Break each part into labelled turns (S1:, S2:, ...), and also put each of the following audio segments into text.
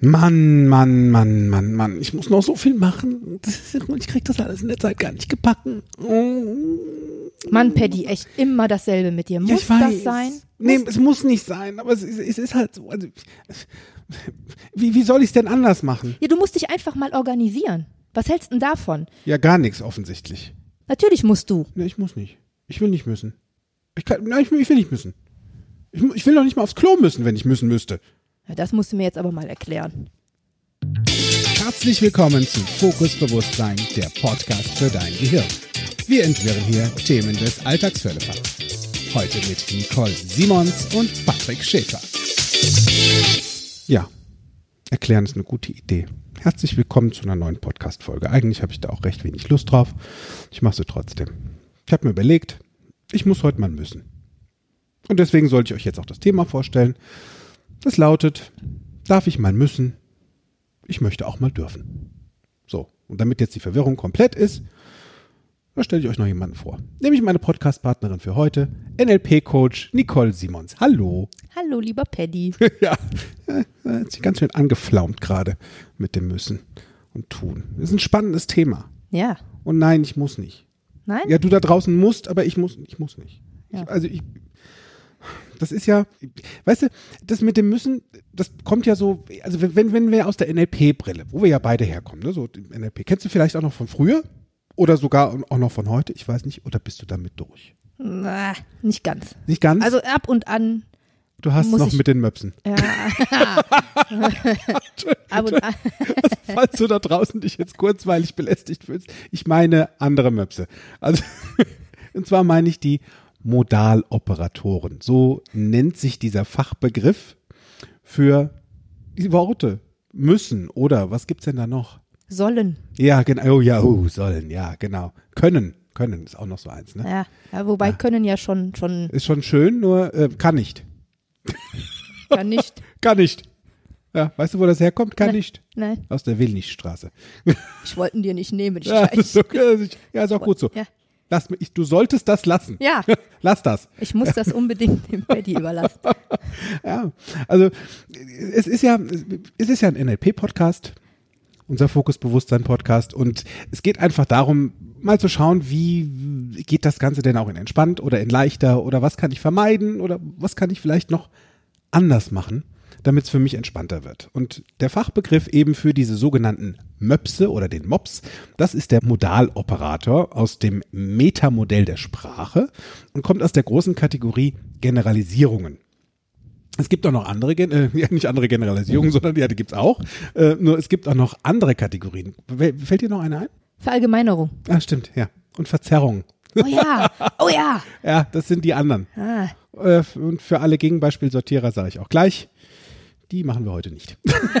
S1: Mann, Mann, Mann, Mann, Mann. Ich muss noch so viel machen. Das ist, ich krieg das alles in der Zeit gar nicht gebacken.
S2: Mann, Paddy, echt immer dasselbe mit dir. Muss
S1: ich weiß.
S2: das sein?
S1: Nee, es muss nicht sein, aber es, ist- es ist halt so. Also, wie, wie soll ich es denn anders machen?
S2: Ja, du musst dich einfach mal organisieren. Was hältst du denn davon?
S1: Ja, gar nichts offensichtlich.
S2: Natürlich musst du.
S1: Nee, ich muss nicht. Ich will nicht müssen. Ich, kann, nein, ich, will- ich will nicht müssen. Ich, mu- ich will doch nicht mal aufs Klo müssen, wenn ich müssen müsste.
S2: Ja, das musst du mir jetzt aber mal erklären.
S1: Herzlich willkommen zu Fokus Bewusstsein, der Podcast für dein Gehirn. Wir entwirren hier Themen des Alltagsfällefangs. Heute mit Nicole Simons und Patrick Schäfer. Ja, erklären ist eine gute Idee. Herzlich willkommen zu einer neuen Podcast-Folge. Eigentlich habe ich da auch recht wenig Lust drauf. Ich mache sie trotzdem. Ich habe mir überlegt, ich muss heute mal müssen. Und deswegen sollte ich euch jetzt auch das Thema vorstellen. Das lautet, darf ich mal müssen? ich möchte auch mal dürfen. So, und damit jetzt die Verwirrung komplett ist, da stelle ich euch noch jemanden vor. Nämlich meine Podcast-Partnerin für heute, NLP-Coach Nicole Simons. Hallo.
S2: Hallo, lieber Paddy.
S1: ja, äh, hat sie ganz schön angeflaumt gerade mit dem Müssen und Tun. Das ist ein spannendes Thema.
S2: Ja.
S1: Und nein, ich muss nicht.
S2: Nein?
S1: Ja, du da draußen musst, aber ich muss, ich muss nicht.
S2: Ja.
S1: Ich, also ich, das ist ja, weißt du, das mit dem Müssen, das kommt ja so, also wenn, wenn wir aus der NLP-Brille, wo wir ja beide herkommen, ne, so die NLP, kennst du vielleicht auch noch von früher oder sogar auch noch von heute, ich weiß nicht, oder bist du damit durch?
S2: Na, nicht ganz.
S1: Nicht ganz?
S2: Also ab und an.
S1: du hast
S2: muss
S1: noch
S2: ich-
S1: mit den Möpsen.
S2: Ab und an.
S1: Falls du da draußen dich jetzt kurzweilig belästigt fühlst, ich meine andere Möpse. Also, und zwar meine ich die Modaloperatoren. So nennt sich dieser Fachbegriff für die Worte müssen oder was gibt's denn da noch?
S2: Sollen.
S1: Ja, genau. Oh, ja, oh, sollen, ja, genau. Können, können ist auch noch so eins, ne?
S2: Ja. ja wobei können ja schon, schon
S1: Ist schon schön, nur äh, kann nicht.
S2: kann nicht.
S1: Kann nicht. Ja, weißt du, wo das herkommt? Kann nicht.
S2: Nein,
S1: Aus der Willnichstraße.
S2: ne? ich wollte ihn dir nicht nehmen. Ich
S1: Ja,
S2: ja,
S1: das ist, okay, das ist- ja, ist auch gut so.
S2: Ja.
S1: Lass mich, ich, du solltest das lassen.
S2: Ja.
S1: Lass das.
S2: Ich muss das unbedingt dem Paddy überlassen.
S1: Ja. Also es ist ja, es ist ja ein NLP-Podcast, unser Fokus-Bewusstsein-Podcast. Und es geht einfach darum, mal zu schauen, wie geht das Ganze denn auch in entspannt oder in leichter oder was kann ich vermeiden oder was kann ich vielleicht noch anders machen, damit es für mich entspannter wird. Und der Fachbegriff eben für diese sogenannten Möpse oder den Mops, das ist der Modaloperator aus dem Metamodell der Sprache und kommt aus der großen Kategorie Generalisierungen. Es gibt auch noch andere, Gen äh, ja, nicht andere Generalisierungen, sondern ja, die gibt's auch. Äh, nur es gibt auch noch andere Kategorien. Wel- Fällt dir noch eine ein?
S2: Verallgemeinerung.
S1: Ah, stimmt, ja. Und Verzerrungen.
S2: Oh ja. Oh ja.
S1: Ja, das sind die anderen.
S2: Ah.
S1: Äh, f- und für alle Gegenbeispielsortierer sage ich auch gleich, die machen wir heute nicht.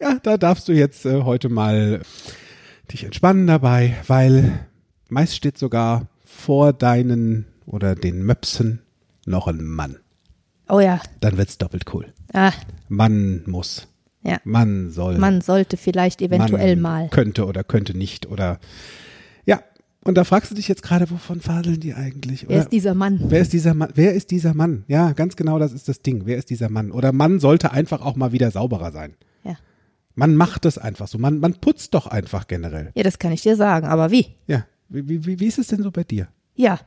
S1: ja, da darfst du jetzt äh, heute mal dich entspannen dabei, weil meist steht sogar vor deinen oder den Möpsen noch ein Mann.
S2: Oh ja.
S1: Dann wird's doppelt cool.
S2: Ah.
S1: Man muss.
S2: Ja.
S1: Man soll.
S2: Man sollte vielleicht eventuell
S1: man
S2: mal.
S1: Könnte oder könnte nicht oder. Ja, und da fragst du dich jetzt gerade, wovon faseln die eigentlich? Oder?
S2: Wer ist dieser Mann?
S1: Wer ist dieser Mann? Wer ist dieser Mann? Ja, ganz genau, das ist das Ding. Wer ist dieser Mann? Oder Mann sollte einfach auch mal wieder sauberer sein.
S2: Ja.
S1: Man macht das einfach so. Man, man putzt doch einfach generell.
S2: ja, das kann ich dir sagen. Aber wie?
S1: Ja. Wie, wie- wie, wie ist es denn so bei dir?
S2: Ja.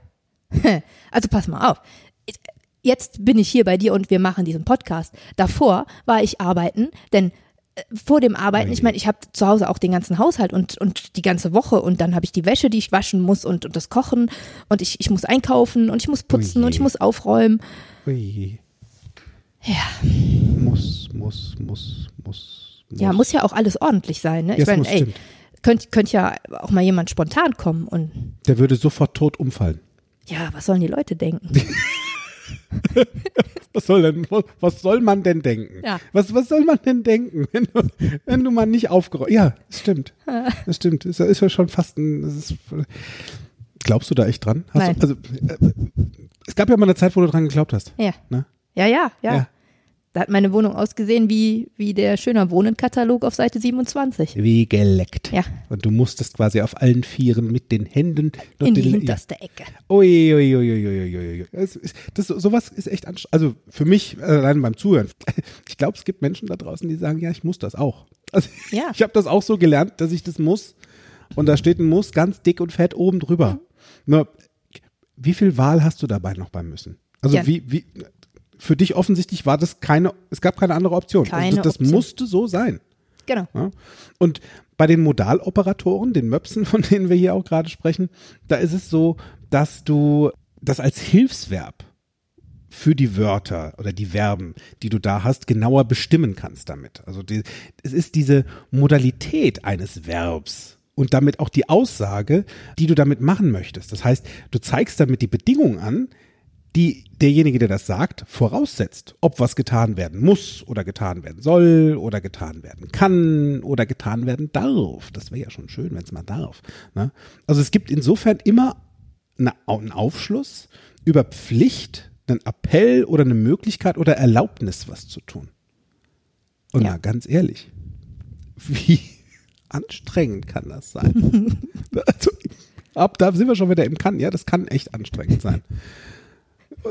S2: Also pass mal auf. Jetzt bin ich hier bei dir und wir machen diesen Podcast. Davor war ich arbeiten, denn äh, vor dem Arbeiten, ich meine, ich habe zu Hause auch den ganzen Haushalt und, und die ganze Woche und dann habe ich die Wäsche, die ich waschen muss und, und das Kochen und ich, ich muss einkaufen und ich muss putzen
S1: Ui.
S2: und ich muss aufräumen.
S1: Ui.
S2: Ja,
S1: Muss, muss, muss, muss. muss.
S2: ja muss ja auch alles ordentlich sein. Ne?
S1: Ja,
S2: Ich
S1: es
S2: meine,
S1: muss,
S2: ey,
S1: stimmt.
S2: könnte könnt ja auch mal jemand spontan kommen und
S1: Der würde sofort tot umfallen.
S2: ja, was sollen die Leute denken?
S1: Was soll, denn, was, was soll man denn denken?
S2: Ja.
S1: Was, was soll man denn denken, wenn du, wenn du mal nicht aufgeräumt Ja, das stimmt. Das stimmt. Das ist ja schon fast ein. Das ist, glaubst du da echt dran? Hast
S2: Nein.
S1: Du, also, äh, es gab ja mal eine Zeit, wo du dran geglaubt hast.
S2: Ja.
S1: Ne?
S2: Ja, ja, ja.
S1: Ja.
S2: Da hat meine Wohnung ausgesehen wie, wie der schöner Wohnenkatalog auf Seite 27.
S1: Wie geleckt.
S2: Ja.
S1: Und du musstest quasi auf allen Vieren mit den Händen. noch
S2: In die
S1: den- ja.
S2: hinterste Ecke.
S1: Ui, ui, ui, ui, ui, ui, ui. Das, ist- das, sowas ist echt anstrengend. Also für mich, äh, allein beim Zuhören, ich ich glaube, es gibt Menschen da draußen, die sagen, ja, ich muss das auch. Also
S2: Ja.
S1: ich habe das auch so gelernt, dass ich das muss. Und da steht ein Muss ganz dick und fett oben drüber. Nur, wie viel Wahl hast du dabei noch beim Müssen? Also
S2: Ja.
S1: wie, wie, für dich offensichtlich war das keine, es gab keine andere Option.
S2: Keine
S1: also das, das
S2: Option.
S1: musste so sein.
S2: Genau.
S1: Ja? Und bei den Modaloperatoren, den Möpsen, von denen wir hier auch gerade sprechen, da ist es so, dass du das als Hilfsverb für die Wörter oder die Verben, die du da hast, genauer bestimmen kannst damit. Also die, es ist diese Modalität eines Verbs und damit auch die Aussage, die du damit machen möchtest. Das heißt, du zeigst damit die Bedingung an, die derjenige, der das sagt, voraussetzt, ob was getan werden muss oder getan werden soll oder getan werden kann oder getan werden darf. Das wäre ja schon schön, wenn es mal darf. Ne? Also es gibt insofern immer eine, einen Aufschluss über Pflicht, einen Appell oder eine Möglichkeit oder Erlaubnis, was zu tun. Und
S2: Ja.
S1: mal ganz ehrlich, wie anstrengend kann das sein? also, ab da sind wir schon wieder im Kann. Ja, das kann echt anstrengend sein.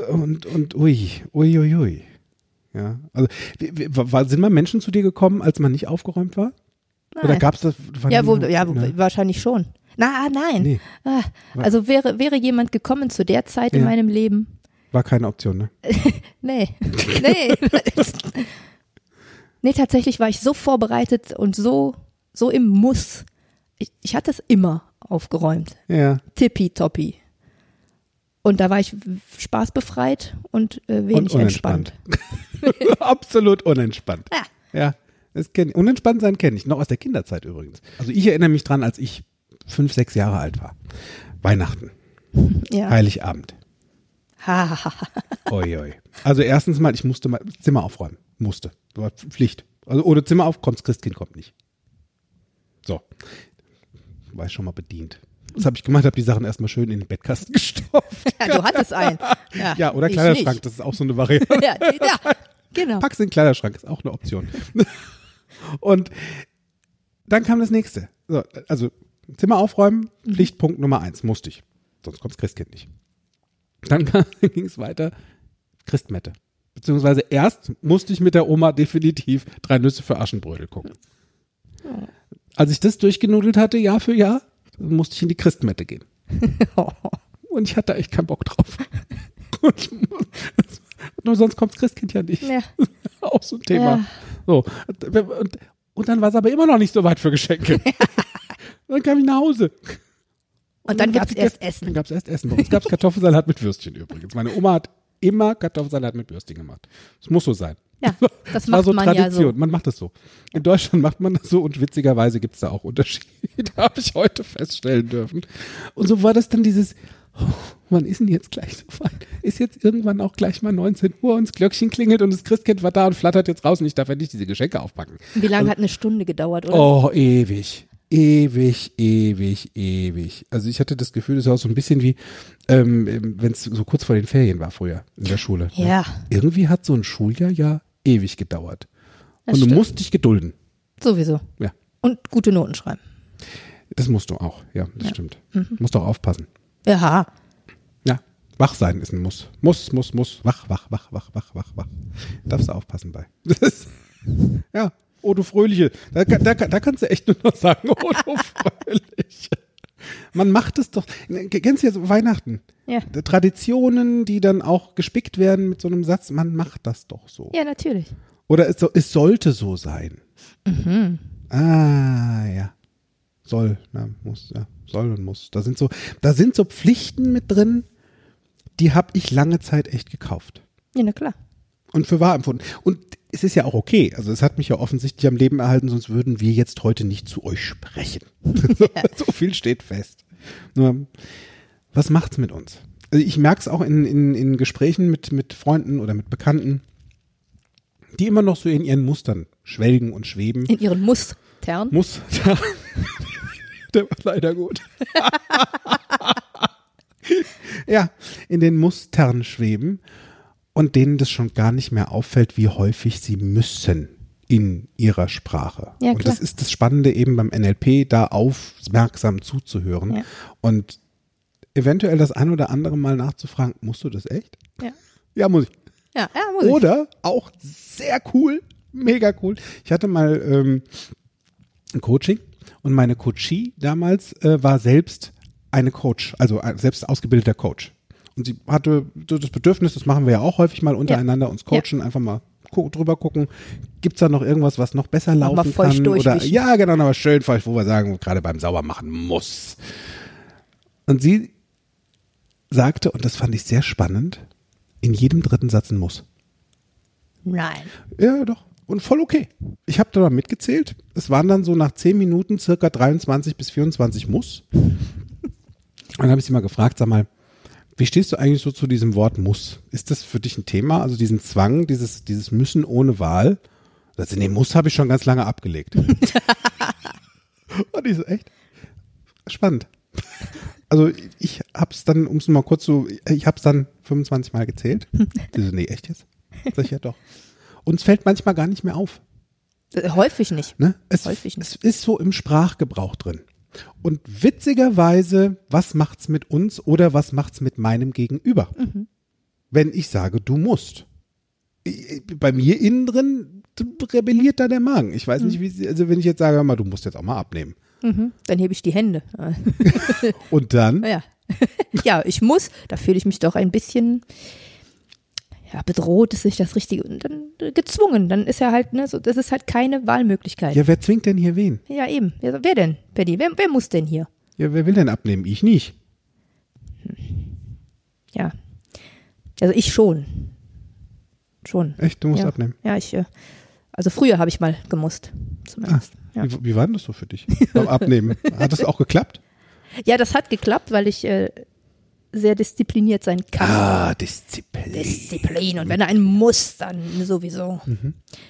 S1: Und, und ui, ui, ui, ui. Ja, also wie- wie- war, sind mal Menschen zu dir gekommen, als man nicht aufgeräumt war? Oder
S2: Nein.
S1: gab es das? waren
S2: Ja,
S1: die
S2: wo,
S1: noch-
S2: ja wo,
S1: ne?
S2: wahrscheinlich schon. Na, ah, nein.
S1: Nee.
S2: Ah, also wäre, wäre jemand gekommen zu der Zeit in
S1: Ja.
S2: meinem Leben?
S1: War keine Option, ne?
S2: Nee. Nee. nee, tatsächlich war ich so vorbereitet und so, so im Muss. Ich, ich hatte es immer aufgeräumt.
S1: Ja.
S2: Tippitoppi. Und da war ich w- spaßbefreit und äh, wenig
S1: und
S2: entspannt.
S1: unentspannt. Absolut unentspannt.
S2: Ja.
S1: Ja. Das kenn, unentspannt sein kenne ich, noch aus der Kinderzeit übrigens. Also ich erinnere mich dran, als ich fünf, sechs Jahre alt war. Weihnachten,
S2: Ja.
S1: Heiligabend.
S2: Ha, ha, ha, ha.
S1: Oi, oi. Also erstens mal, ich musste mal Zimmer aufräumen. Musste. War Pflicht. Also ohne Zimmer aufkommst, Christkind kommt nicht. So. War ich schon mal bedient. Das habe ich gemacht, habe die Sachen erstmal schön in den Bettkasten gestopft.
S2: Ja, du hattest einen. Ja,
S1: Ja, oder
S2: ich
S1: Kleiderschrank,
S2: nicht.
S1: das ist auch so eine Variante.
S2: Ja, ja, genau.
S1: Pack's in den Kleiderschrank, ist auch eine Option. Und dann kam das nächste. So, also Zimmer aufräumen, Pflichtpunkt Nummer eins, musste ich. Sonst kommt's Christkind nicht. Dann ging es weiter, Christmette. Beziehungsweise erst musste ich mit der Oma definitiv drei Nüsse für Aschenbrödel gucken. Als ich das durchgenudelt hatte, Jahr für Jahr, musste ich in die Christmette gehen. Und ich hatte echt keinen Bock drauf. Und ich muss- Nur sonst kommt's Christkind ja nicht.
S2: Ja.
S1: Auch so ein Thema.
S2: Ja.
S1: So. Und, und, und dann war es aber immer noch nicht so weit für Geschenke. dann kam ich nach Hause.
S2: Und dann gab
S1: gab's
S2: es erst
S1: Gäste- Dann
S2: Essen.
S1: gab's erst Essen. Bei uns gab's Kartoffelsalat mit Würstchen übrigens. Meine Oma hat immer Kartoffelsalat mit Würstchen gemacht. Es muss so sein.
S2: Ja, das
S1: war
S2: macht
S1: so
S2: man ja
S1: Tradition.
S2: so.
S1: Man macht das so. In Deutschland macht man das so und witzigerweise gibt's da auch Unterschiede, habe ich heute feststellen dürfen. Und so war das dann dieses, oh, wann ist denn jetzt gleich so weit? Ist jetzt irgendwann auch gleich mal 19 Uhr und das Glöckchen klingelt und das Christkind war da und flattert jetzt raus und ich darf ja nicht diese Geschenke aufpacken.
S2: Wie lange hat eine Stunde gedauert, oder?
S1: Also Oh, ewig. Ewig, ewig, ewig. Also ich hatte das Gefühl, das war so ein bisschen wie, ähm, wenn es so kurz vor den Ferien war früher in der Schule. ne?
S2: Ja.
S1: Irgendwie hat so ein Schuljahr ja ewig gedauert.
S2: Das
S1: Und du
S2: stimmt.
S1: musst dich gedulden.
S2: Sowieso.
S1: Ja,
S2: Und gute Noten schreiben.
S1: das musst du auch. Ja, das stimmt.
S2: Mhm.
S1: Musst auch aufpassen.
S2: Ja,
S1: Ja, wach sein ist ein Muss. Muss, muss, muss. Wach, wach, wach, wach, wach, wach, wach. Darfst du aufpassen bei. Das ist, ja, oh du Fröhliche. Da, kann- da, kann- da kannst du echt nur noch sagen, oh du Fröhliche. Man macht es doch. Kennst du ja so Weihnachten?
S2: Ja.
S1: Traditionen, die dann auch gespickt werden mit so einem Satz, man macht das doch so.
S2: ja, natürlich.
S1: Oder es, so, es sollte so sein. Ah, ja. Soll, ne, muss, ja, soll und muss. Da sind so, da sind so Pflichten mit drin, die habe ich lange Zeit echt gekauft
S2: Ja, na klar.
S1: und für wahr empfunden. Und es ist ja auch okay. Also es hat mich ja offensichtlich am Leben erhalten, sonst würden wir jetzt heute nicht zu euch sprechen. so viel steht fest. Nur, was macht's mit uns? Also ich merke es auch in, in, in Gesprächen mit, mit Freunden oder mit Bekannten, die immer noch so in ihren Mustern schwelgen und schweben.
S2: In ihren Mustern.
S1: Muss. Ja. Der war leider gut. ja, in den Mustern schweben und denen das schon gar nicht mehr auffällt, wie häufig sie müssen in ihrer Sprache.
S2: Ja,
S1: und
S2: klar.
S1: das ist das Spannende eben beim NLP, da aufmerksam zuzuhören
S2: Ja.
S1: und eventuell das ein oder andere Mal nachzufragen, musst du das echt?
S2: Ja.
S1: Ja, muss ich.
S2: Ja, ja, muss ich.
S1: Oder auch sehr cool, mega cool. Ich hatte mal ähm, ein Coaching und meine Coachie damals äh, war selbst eine Coach, also ein selbst ausgebildeter Coach. Und sie hatte so das Bedürfnis, das machen wir ja auch häufig mal untereinander, uns coachen, einfach mal gu drüber gucken, gibt's da noch irgendwas, was noch besser
S2: Noch mal
S1: laufen
S2: feucht
S1: kann? Oder,
S2: durchwischen.
S1: ja, genau, aber schön feucht, wo wir sagen, gerade beim Saubermachen muss. Und sie sagte, und das fand ich sehr spannend, in jedem dritten Satz ein Muss.
S2: Nein.
S1: Ja, doch. Und voll okay. Ich habe da mal mitgezählt. Es waren dann so nach 10 Minuten circa 23 bis 24 Muss. Und dann habe ich sie mal gefragt, sag mal, wie stehst du eigentlich so zu diesem Wort Muss? Ist das für dich ein Thema? Also diesen Zwang, dieses, dieses Müssen ohne Wahl? Da sagt sie, nee, Muss habe ich schon ganz lange abgelegt. Und ich so, echt? Spannend. Also ich- ich hab's dann, um es mal kurz zu, ich hab's dann 25 Mal gezählt. Sie so, nee, echt jetzt? Sag ich, ja doch. Uns fällt manchmal gar nicht mehr auf.
S2: Äh, Häufig nicht.
S1: Ne? Es,
S2: Häufig nicht.
S1: es ist so im Sprachgebrauch drin. Und witzigerweise, was macht's mit uns oder was macht's mit meinem Gegenüber?
S2: Mhm.
S1: Wenn ich sage, du musst. Ich- Bei mir innen drin rebelliert da der Magen. Ich weiß nicht, wie, sie- also wenn ich jetzt sage, hör mal, du musst jetzt auch mal abnehmen.
S2: Mhm. Dann hebe ich die Hände. Äh,
S1: Und dann,
S2: Ja. ja, ich muss. Da fühle ich mich doch ein bisschen ja, bedroht, ist nicht das Richtige. Und dann äh, gezwungen. Dann ist ja halt, ne, so, das ist halt keine Wahlmöglichkeit. Ja,
S1: ja, wer zwingt denn hier wen?
S2: eben. Wer, wer denn, Paddy? Wer, wer muss denn hier?
S1: Ja, wer will denn abnehmen? Ich nicht.
S2: Ja. Also ich schon. Schon.
S1: Echt, du musst
S2: ja.
S1: abnehmen.
S2: Ja, ich. äh, Also früher habe ich mal gemusst. Zumindest. Ja.
S1: Ah, Wie, wie war denn das so für dich? Beim Abnehmen. Hat das auch geklappt?
S2: ja, das hat geklappt, weil ich äh, sehr diszipliniert sein kann.
S1: Ah, Disziplin.
S2: Disziplin. Und wenn er einen muss, dann sowieso.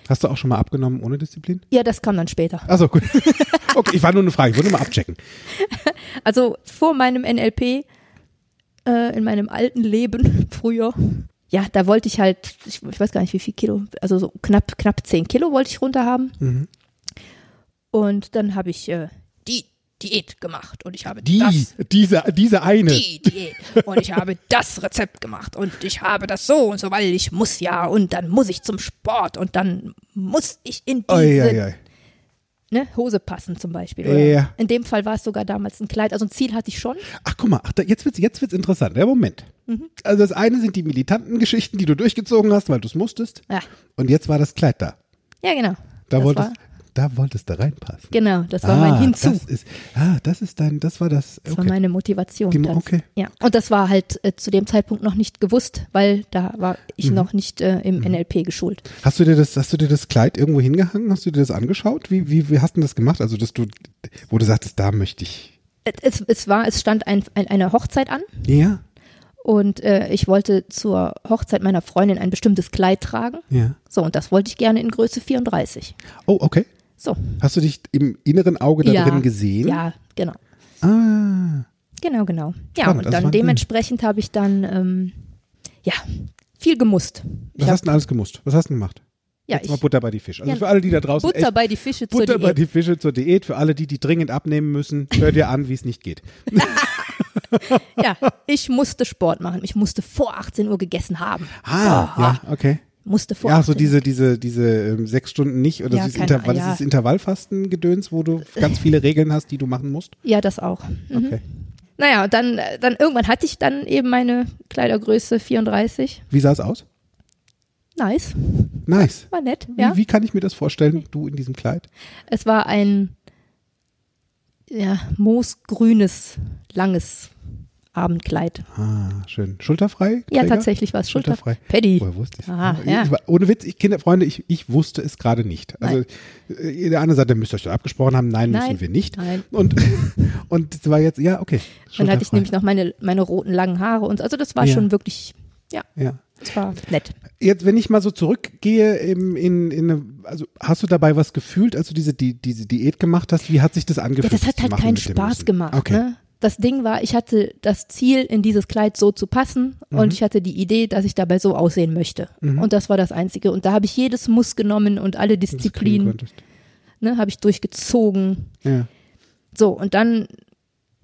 S1: Hast du auch schon mal abgenommen ohne Disziplin?
S2: Ja, das kam dann später.
S1: Achso, gut. Okay, ich war nur eine Frage, ich wollte nur mal abchecken.
S2: Also vor meinem NLP, äh, in meinem alten Leben früher, ja, da wollte ich halt, ich, ich weiß gar nicht wie viel Kilo, also so knapp, knapp 10 Kilo wollte ich runter haben. Und dann habe ich äh, die Diät gemacht und ich habe das
S1: diese, diese eine.
S2: die Idee. Und ich habe das Rezept gemacht und ich habe das so und so, weil ich muss ja und dann muss ich zum Sport und dann muss ich in diese
S1: Oi, oi, oi.
S2: Ne, Hose passen zum Beispiel. Oder?
S1: Ja.
S2: In dem Fall war es sogar damals ein Kleid. Also ein Ziel hatte ich schon.
S1: Ach, guck mal, ach, da, jetzt wird's, jetzt wird's interessant. Ja, Moment.
S2: Mhm.
S1: Also das eine sind die militanten Geschichten, die du durchgezogen hast, weil du es musstest.
S2: Ja,
S1: Und jetzt war das Kleid da.
S2: ja genau.
S1: Da
S2: das
S1: wolltest,
S2: war,
S1: da wolltest du reinpassen.
S2: genau, das war
S1: ah,
S2: mein Hinzu.
S1: Das ist, ah, das ist dein, das war das.
S2: Das war
S1: okay.
S2: meine Motivation.
S1: Die-
S2: das.
S1: okay.
S2: Ja. Und das war halt äh, zu dem Zeitpunkt noch nicht gewusst, weil da war ich
S1: Mhm.
S2: noch nicht äh, im NLP geschult.
S1: Hast du dir das, hast du dir das Kleid irgendwo hingehangen? Hast du dir das angeschaut? Wie, wie, wie hast du das gemacht? Also, dass du, wo du sagtest, da möchte ich.
S2: Es, es war, es stand ein, ein, eine Hochzeit an
S1: Ja,
S2: und äh, ich wollte zur Hochzeit meiner Freundin ein bestimmtes Kleid tragen.
S1: ja.
S2: So, und das wollte ich gerne in Größe 34.
S1: Oh, okay.
S2: So.
S1: Hast du dich im inneren Auge da drin gesehen?
S2: Ja, genau.
S1: Ah,
S2: Genau, genau. Ja,
S1: Spannend,
S2: und
S1: das
S2: dann
S1: war ein-
S2: dementsprechend habe ich dann, ähm, ja, viel gemusst. Ich
S1: was
S2: hab,
S1: hast du denn alles gemusst? Was hast du denn gemacht?
S2: ja,
S1: Jetzt
S2: ich,
S1: mal Butter bei die Fisch. Also
S2: Ja.
S1: für alle, die da draußen
S2: Butter
S1: echt,
S2: bei die Fische zur
S1: Butter bei
S2: Diät.
S1: die Fische zur Diät, für alle, die, die dringend abnehmen müssen, hör dir an, wie es nicht geht.
S2: Ja, ich musste Sport machen. Ich musste vor 18 Uhr gegessen haben.
S1: Ah,
S2: So,
S1: ja, okay.
S2: Musste vor
S1: Ja, so
S2: 18
S1: diese, diese, diese ähm, sechs Stunden nicht oder
S2: Ja,
S1: dieses,
S2: keine-
S1: Inter war das
S2: ja.
S1: dieses Intervallfasten-Gedöns, wo du ganz viele Regeln hast, die du machen musst.
S2: Ja, das auch. Mhm.
S1: Okay.
S2: Naja, und dann, äh, dann irgendwann hatte ich dann eben meine Kleidergröße 34.
S1: Wie sah es aus?
S2: Nice,
S1: Nice.
S2: war nett.
S1: Wie,
S2: Ja,
S1: wie kann ich mir das vorstellen, du in diesem Kleid?
S2: es war ein ja, moosgrünes, langes Abendkleid.
S1: Ah, schön. Schulterfrei?
S2: Ja,
S1: Träger?
S2: tatsächlich war es schulterfrei.
S1: Schulterfrei.
S2: Paddy.
S1: Woher wusste ich's?
S2: Ah,
S1: ich
S2: ja.
S1: ich war, ohne Witz, ich, Kinder, Freunde, ich, ich wusste es gerade nicht. Also äh, der andere sagt, ihr müsst euch doch abgesprochen haben. Nein,
S2: Nein.
S1: müssen wir nicht.
S2: Nein.
S1: Und, und es war jetzt, ja, okay.
S2: Dann hatte ich
S1: Schulterfrei.
S2: nämlich noch meine, meine roten langen Haare und so. Also das war
S1: Ja.
S2: schon wirklich, ja,
S1: Ja.
S2: das war nett.
S1: Jetzt, wenn ich mal so zurückgehe, im, in, in eine, also hast du dabei was gefühlt, als du diese, die, diese Diät gemacht hast? Wie hat sich das
S2: Ja,
S1: angefühlt?
S2: das hat
S1: zu
S2: halt
S1: machen
S2: keinen
S1: mit dem
S2: Spaß
S1: Müssen?
S2: gemacht.
S1: Okay.
S2: Ne? Das Ding war, ich hatte das Ziel, in dieses Kleid so zu passen
S1: Mhm.
S2: und ich hatte die Idee, dass ich dabei so aussehen möchte. Und das war das Einzige. Und da habe ich jedes Muss genommen und alle
S1: Dass du es kriegen
S2: Disziplinen
S1: konntest.
S2: ne, habe ich durchgezogen.
S1: Ja.
S2: So, und dann,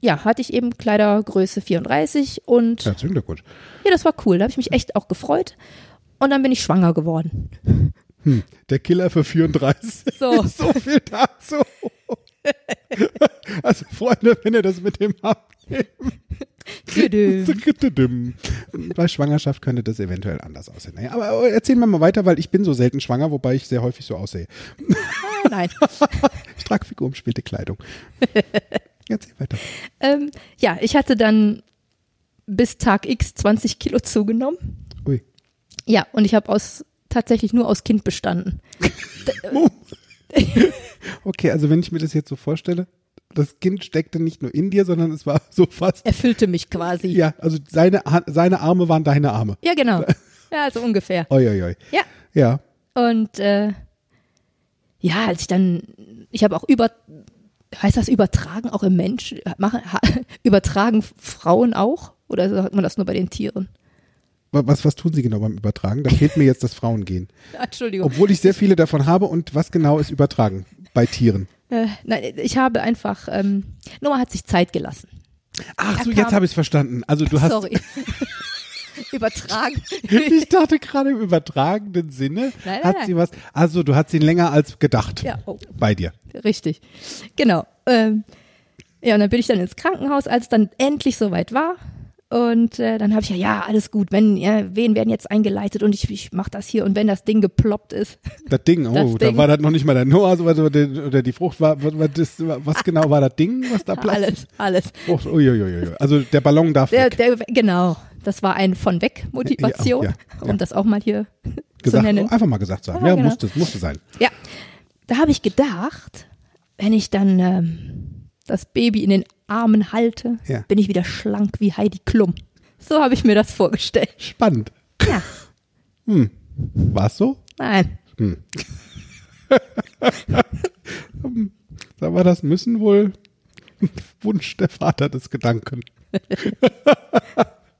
S2: ja, hatte ich eben Kleidergröße 34 und
S1: Herzlichen Glückwunsch.
S2: Ja, das war cool. Da habe ich mich echt auch gefreut. Und dann bin ich schwanger geworden.
S1: Hm, der Killer für 34.
S2: So.
S1: so viel dazu. also Freunde, wenn ihr das mit dem habt.
S2: Tüdüm.
S1: Bei Schwangerschaft könnte das eventuell anders aussehen. Naja, aber erzähl mir mal weiter, weil ich bin so selten schwanger, wobei ich sehr häufig so aussehe.
S2: Ah, Nein.
S1: Ich trage figurumspielte Kleidung. Erzähl weiter.
S2: Ähm, ja, ich hatte dann bis Tag X 20 Kilo zugenommen.
S1: Ui.
S2: Ja, und ich habe aus tatsächlich nur aus Kind bestanden.
S1: Okay, also wenn ich mir das jetzt so vorstelle, das Kind steckte nicht nur in dir, sondern es war so fast.
S2: Erfüllte mich quasi.
S1: Ja, also seine, Ha- seine Arme waren deine Arme.
S2: Ja, genau. Ja, so ungefähr.
S1: Oi, oi, oi.
S2: Ja.
S1: Ja.
S2: Und äh, ja, als ich dann, ich habe auch über, heißt das übertragen auch im Mensch? Machen, ha, übertragen Frauen auch? Oder sagt man das nur bei den Tieren?
S1: Wa- Was, was tun sie genau beim Übertragen? Da fehlt mir jetzt das Frauengehen.
S2: Entschuldigung.
S1: Obwohl ich sehr viele davon habe und was genau ist übertragen bei Tieren?
S2: Äh, nein, ich habe einfach, ähm, Noah hat sich Zeit gelassen.
S1: Ach so,
S2: Er kam-
S1: jetzt habe ich es verstanden. Also du hast.
S2: Sorry. übertragen.
S1: Ich dachte gerade im übertragenen Sinne
S2: Nein, nein,
S1: hat
S2: nein.
S1: sie was. Also du hast ihn länger als gedacht
S2: Ja, oh.
S1: bei dir.
S2: Richtig. Genau. Ähm, ja, und dann bin ich dann ins Krankenhaus, als es dann endlich soweit war. Und äh, dann habe ich ja, ja, alles gut, wenn, ja, wen werden jetzt eingeleitet und ich, ich mache das hier und wenn das Ding geploppt ist.
S1: Das Ding, oh,
S2: Das
S1: da
S2: Ding.
S1: war das noch nicht mal der Noah so, oder, die- oder die Frucht war, was, was, das- was genau war das Ding, was da platzt?
S2: Alles, alles.
S1: Frucht, uiuiuiui. Also der Ballon darf
S2: Der,
S1: weg.
S2: der, genau, das war ein von weg Motivation,
S1: Ja, ja, ja.
S2: um das auch mal hier zu
S1: gesagt, oh,
S2: nennen.
S1: einfach mal gesagt haben.
S2: Ja,
S1: Ja,
S2: genau.
S1: musste, musste sein.
S2: Ja, da habe ich gedacht, wenn ich dann ähm, das Baby in den Armen halte,
S1: Ja.
S2: bin ich wieder schlank wie Heidi Klum. So habe ich mir das vorgestellt.
S1: Spannend.
S2: Ja,
S1: War es so?
S2: nein.
S1: Da war das müssen wohl Wunsch der Vater des Gedanken.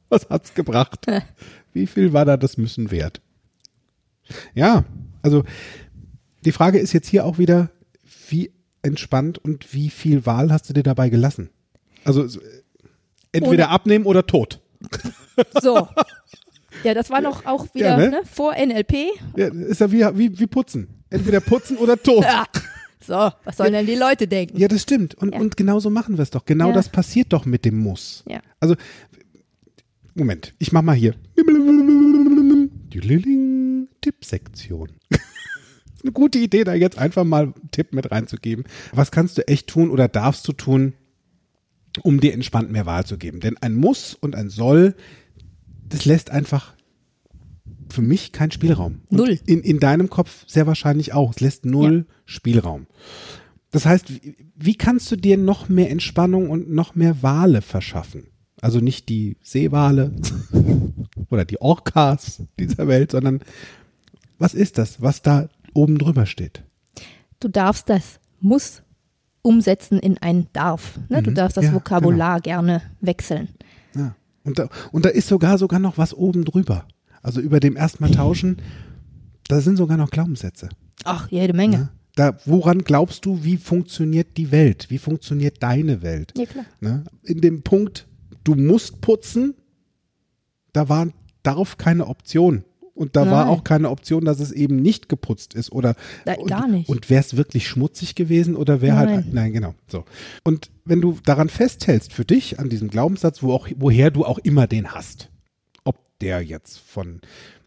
S1: Was hat's gebracht? Wie viel war da das müssen wert? Ja, also die Frage ist jetzt hier auch wieder, wie entspannt und wie viel Wahl hast du dir dabei gelassen? Also es- entweder abnehmen oder tot.
S2: So. Ja, das war noch auch wieder
S1: Ja, ne?
S2: ne? vor NLP.
S1: Ja, Ist ja wie, wie, wie putzen. Entweder putzen oder tot.
S2: Ah, so, was sollen denn die Leute denken?
S1: Ja, das stimmt. Und,
S2: Ja.
S1: und genau so machen wir es doch. Genau
S2: Ja.
S1: das passiert doch mit dem Muss.
S2: Ja.
S1: Also, Moment, ich mach mal hier. Tippsektion. Eine gute Idee, da jetzt einfach mal einen Tipp mit reinzugeben. Was kannst du echt tun oder darfst du tun, um dir entspannt mehr Wahl zu geben? Denn ein Muss und ein Soll, das lässt einfach für mich keinen Spielraum. Und
S2: Null.
S1: In, in deinem Kopf sehr wahrscheinlich auch. Es lässt null Spielraum. Das heißt, wie, wie kannst du dir noch mehr Entspannung und noch mehr Wale verschaffen? Also nicht die Seewale oder die Orcas dieser Welt, sondern was ist das, was da oben drüber steht?
S2: Du darfst das muss umsetzen in ein darf. Ne? Du darfst das
S1: Mhm. Ja, genau.
S2: Vokabular gerne wechseln.
S1: Ja. Und, da, und da ist sogar sogar noch was oben drüber. Also über dem erstmal tauschen, da sind sogar noch Glaubenssätze.
S2: Ach, jede Menge.
S1: Ne? Da, woran glaubst du, wie funktioniert die Welt? Wie funktioniert deine Welt?
S2: Ja, klar.
S1: Ne? In dem Punkt, du musst putzen, da war darauf keine Option. Und da war
S2: Nein.
S1: auch keine Option, dass es eben nicht geputzt ist oder
S2: Da-
S1: und,
S2: gar nicht.
S1: Und wäre es wirklich schmutzig gewesen oder wäre halt
S2: Nein.
S1: nein genau so. Und wenn du daran festhältst für dich an diesem Glaubenssatz, wo auch woher du auch immer den hast, ob der jetzt von